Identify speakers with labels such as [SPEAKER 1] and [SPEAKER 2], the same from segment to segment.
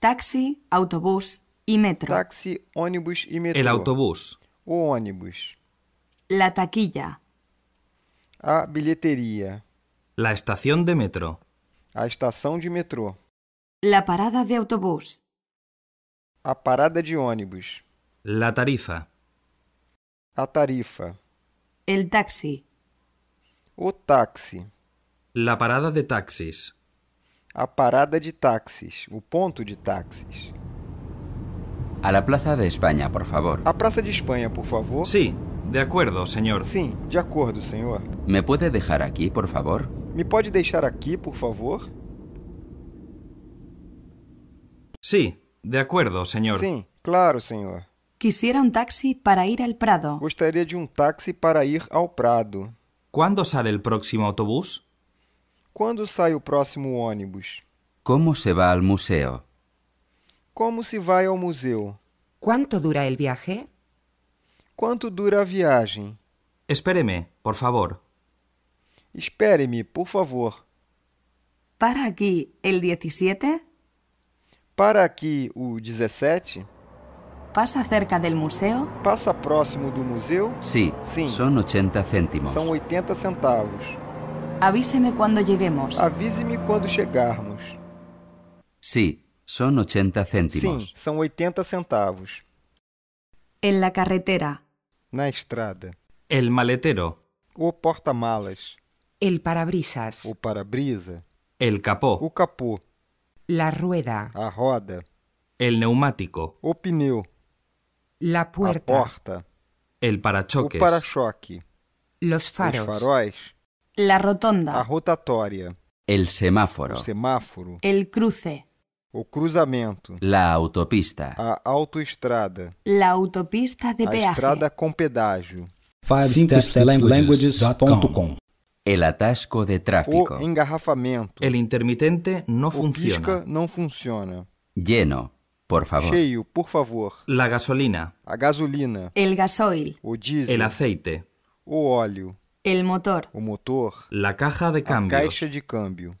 [SPEAKER 1] taxi, autobús y metro.
[SPEAKER 2] Táxi, ônibus e metrô.
[SPEAKER 3] El autobús.
[SPEAKER 2] O ônibus.
[SPEAKER 1] La taquilla,
[SPEAKER 2] A bilheteria.
[SPEAKER 3] La estación de metro.
[SPEAKER 2] A estação de metrô.
[SPEAKER 1] la parada de autobús,
[SPEAKER 2] A parada de ônibus.
[SPEAKER 3] La tarifa.
[SPEAKER 2] A tarifa.
[SPEAKER 1] el taxi,
[SPEAKER 2] O táxi.
[SPEAKER 3] La parada de taxis.
[SPEAKER 2] A parada de táxis. O ponto de táxis.
[SPEAKER 4] A la Plaza de España, por favor.
[SPEAKER 2] A Praça de Espanha, por favor.
[SPEAKER 3] Sí, de acuerdo, señor.
[SPEAKER 2] Sim, de acordo, senhor.
[SPEAKER 4] ¿Me puede dejar aquí, por favor?
[SPEAKER 2] Me pode deixar aqui, por favor?
[SPEAKER 3] Sí, de acuerdo, señor.
[SPEAKER 2] Sim, claro, senhor.
[SPEAKER 1] quisiera un taxi para ir al Prado.
[SPEAKER 2] Gostaria de um táxi para ir ao Prado.
[SPEAKER 3] ¿Cuándo sale el próximo autobús?
[SPEAKER 2] Quando sai o próximo ônibus?
[SPEAKER 4] ¿Cómo se va al museo?
[SPEAKER 2] Como se vai ao museu?
[SPEAKER 5] ¿Cuánto dura el viaje?
[SPEAKER 2] Quanto dura a viagem?
[SPEAKER 3] Espéreme, por favor.
[SPEAKER 2] Espere-me, por favor.
[SPEAKER 1] ¿Para aquí el 17?
[SPEAKER 2] Para aqui o 17,
[SPEAKER 1] ¿Pasa cerca del museo?
[SPEAKER 2] passa próximo do museu,
[SPEAKER 4] Sí,
[SPEAKER 2] Sí.
[SPEAKER 4] son 80 céntimos.
[SPEAKER 2] são 80 centavos.
[SPEAKER 1] Avíseme cuando lleguemos.
[SPEAKER 5] Ah.
[SPEAKER 2] Avise-me quando chegarmos.
[SPEAKER 4] Sí, son 80
[SPEAKER 2] Sim,
[SPEAKER 4] céntimos.
[SPEAKER 2] são 80 centavos.
[SPEAKER 1] En la carretera,
[SPEAKER 2] Na estrada.
[SPEAKER 3] El maletero.
[SPEAKER 2] O porta-malas,
[SPEAKER 5] El parabrisas.
[SPEAKER 2] o para-brisa,
[SPEAKER 3] El
[SPEAKER 2] o
[SPEAKER 3] capó.
[SPEAKER 2] capô,
[SPEAKER 5] La rueda.
[SPEAKER 2] a roda,
[SPEAKER 3] El neumático.
[SPEAKER 2] o pneu,
[SPEAKER 5] La
[SPEAKER 2] a
[SPEAKER 5] puerta.
[SPEAKER 2] porta,
[SPEAKER 3] El
[SPEAKER 2] o
[SPEAKER 3] parachoques.
[SPEAKER 2] para-choque,
[SPEAKER 5] Los
[SPEAKER 2] os
[SPEAKER 5] faros.
[SPEAKER 2] faróis,
[SPEAKER 1] la
[SPEAKER 2] a
[SPEAKER 1] rotonda,
[SPEAKER 2] rotatória,
[SPEAKER 4] El
[SPEAKER 2] o
[SPEAKER 4] semáforo.
[SPEAKER 2] semáforo,
[SPEAKER 1] el cruce,
[SPEAKER 2] o cruzamento,
[SPEAKER 4] La autopista.
[SPEAKER 2] a autoestrada,
[SPEAKER 1] la autopista de
[SPEAKER 2] a estrada
[SPEAKER 1] peaje,
[SPEAKER 2] com pedágio,
[SPEAKER 6] 5stepslanguages.com
[SPEAKER 4] El atasco de
[SPEAKER 2] o
[SPEAKER 4] tráfico.
[SPEAKER 2] engarrafamento,
[SPEAKER 3] El intermitente no
[SPEAKER 2] o pisca
[SPEAKER 3] funciona.
[SPEAKER 2] não funciona,
[SPEAKER 4] Lleno, por favor.
[SPEAKER 2] cheio, por favor,
[SPEAKER 3] La gasolina.
[SPEAKER 2] a gasolina,
[SPEAKER 1] el gasoil,
[SPEAKER 2] o diesel,
[SPEAKER 3] El aceite.
[SPEAKER 2] o óleo,
[SPEAKER 1] el motor,
[SPEAKER 2] o motor,
[SPEAKER 3] La caja de
[SPEAKER 2] a
[SPEAKER 3] cambios.
[SPEAKER 2] caixa de câmbio,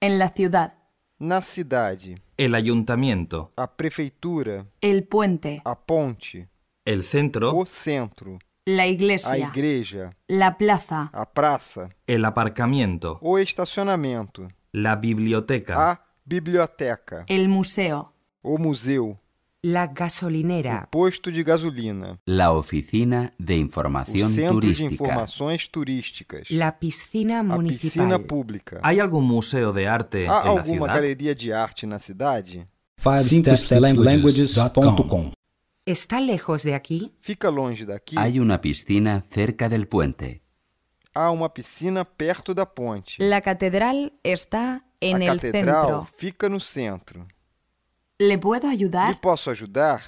[SPEAKER 1] en la ciudad,
[SPEAKER 2] na cidade,
[SPEAKER 3] El ayuntamiento.
[SPEAKER 2] a prefeitura,
[SPEAKER 1] el puente,
[SPEAKER 2] a ponte,
[SPEAKER 3] El centro.
[SPEAKER 2] o centro,
[SPEAKER 1] la
[SPEAKER 2] a
[SPEAKER 1] iglesia,
[SPEAKER 2] igreja,
[SPEAKER 1] la plaza,
[SPEAKER 2] a praça,
[SPEAKER 3] El aparcamiento.
[SPEAKER 2] o estacionamento,
[SPEAKER 3] La biblioteca.
[SPEAKER 2] a biblioteca,
[SPEAKER 1] el museo,
[SPEAKER 2] o museu,
[SPEAKER 5] La
[SPEAKER 1] Tá.
[SPEAKER 5] gasolinera.
[SPEAKER 2] posto de gasolina,
[SPEAKER 4] La oficina de
[SPEAKER 2] o
[SPEAKER 4] información
[SPEAKER 2] centro de
[SPEAKER 4] turística.
[SPEAKER 2] informações turísticas,
[SPEAKER 5] La piscina
[SPEAKER 2] a piscina
[SPEAKER 5] municipal.
[SPEAKER 2] pública.
[SPEAKER 3] ¿Hay algún museo de arte
[SPEAKER 2] Há
[SPEAKER 3] en la
[SPEAKER 2] alguma
[SPEAKER 3] ciudad?
[SPEAKER 2] galeria de arte na cidade?
[SPEAKER 6] 5stepslanguages.com
[SPEAKER 5] ¿Está lejos de aquí?
[SPEAKER 2] Fica longe daqui.
[SPEAKER 4] Hay una piscina cerca del puente.
[SPEAKER 2] Há uma piscina perto da ponte.
[SPEAKER 1] la catedral está en
[SPEAKER 2] a
[SPEAKER 1] el
[SPEAKER 2] catedral
[SPEAKER 1] centro.
[SPEAKER 2] fica no centro.
[SPEAKER 1] ¿Le puedo
[SPEAKER 2] E
[SPEAKER 1] ayudar?
[SPEAKER 2] posso ajudar?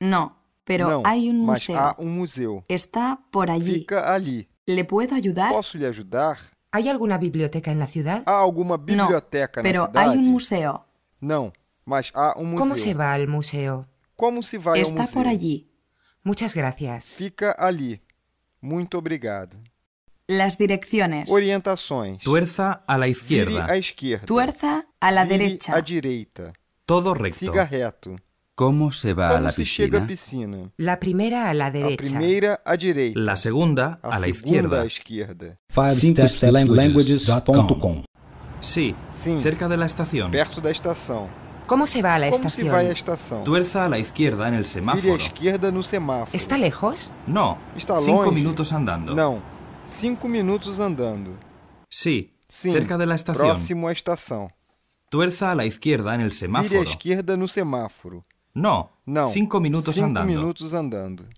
[SPEAKER 1] No, pero
[SPEAKER 2] Não,
[SPEAKER 1] hay un
[SPEAKER 2] mas
[SPEAKER 1] museo.
[SPEAKER 2] há um museu.
[SPEAKER 1] Está por allí. Tá?
[SPEAKER 2] Fica ali.
[SPEAKER 1] ¿Le puedo ayudar?
[SPEAKER 2] Posso lhe ajudar?
[SPEAKER 5] ¿Hay alguna biblioteca en la ciudad?
[SPEAKER 2] Há alguma
[SPEAKER 1] No,
[SPEAKER 2] biblioteca na
[SPEAKER 1] pero
[SPEAKER 2] cidade?
[SPEAKER 1] hay un museo.
[SPEAKER 2] Não, mas há um museu.
[SPEAKER 5] ¿Cómo se va al museo?
[SPEAKER 2] Como se vai ao
[SPEAKER 1] Está
[SPEAKER 2] museu?
[SPEAKER 1] por allí.
[SPEAKER 5] Muchas gracias.
[SPEAKER 2] Fica ali. Muito obrigado.
[SPEAKER 1] Las direcciones.
[SPEAKER 2] Orientações.
[SPEAKER 3] Tuerza a la
[SPEAKER 2] Vire
[SPEAKER 3] izquierda.
[SPEAKER 2] à esquerda.
[SPEAKER 1] Tuerza a la
[SPEAKER 2] Vire
[SPEAKER 1] derecha.
[SPEAKER 2] à direita.
[SPEAKER 3] Todo recto.
[SPEAKER 2] Siga reto.
[SPEAKER 4] ¿Cómo se va a
[SPEAKER 2] Como
[SPEAKER 4] la
[SPEAKER 2] se chega à
[SPEAKER 4] piscina?
[SPEAKER 2] piscina?
[SPEAKER 5] La primera a la
[SPEAKER 2] A
[SPEAKER 5] derecha.
[SPEAKER 2] primeira à direita.
[SPEAKER 3] La segunda
[SPEAKER 2] A,
[SPEAKER 3] a la
[SPEAKER 2] Ah, segunda à
[SPEAKER 3] izquierda.
[SPEAKER 2] esquerda.
[SPEAKER 6] 5stepslanguages.com
[SPEAKER 3] Sí,
[SPEAKER 2] Sim,
[SPEAKER 3] cerca de la estación.
[SPEAKER 2] perto da estação.
[SPEAKER 5] ¿Cómo se va a la
[SPEAKER 2] Como se vai à
[SPEAKER 5] estación?
[SPEAKER 2] estação?
[SPEAKER 3] Tuerza a la izquierda en el
[SPEAKER 2] Vire à
[SPEAKER 3] é semáforo.
[SPEAKER 2] esquerda no semáforo.
[SPEAKER 5] ¿Está lejos?
[SPEAKER 3] No,
[SPEAKER 2] Está
[SPEAKER 3] cinco
[SPEAKER 2] longe?
[SPEAKER 3] minutos andando.
[SPEAKER 2] Não. Cinco minutos andando.
[SPEAKER 3] Sí,
[SPEAKER 2] Sim,
[SPEAKER 3] cerca de la estación.
[SPEAKER 2] próximo à estação.
[SPEAKER 3] Tuerza a la izquierda en el
[SPEAKER 2] Vire à
[SPEAKER 3] semáforo.
[SPEAKER 2] esquerda no semáforo.
[SPEAKER 3] No,
[SPEAKER 2] Não.
[SPEAKER 3] cinco minutos
[SPEAKER 2] Cinco
[SPEAKER 3] andando.
[SPEAKER 2] minutos andando.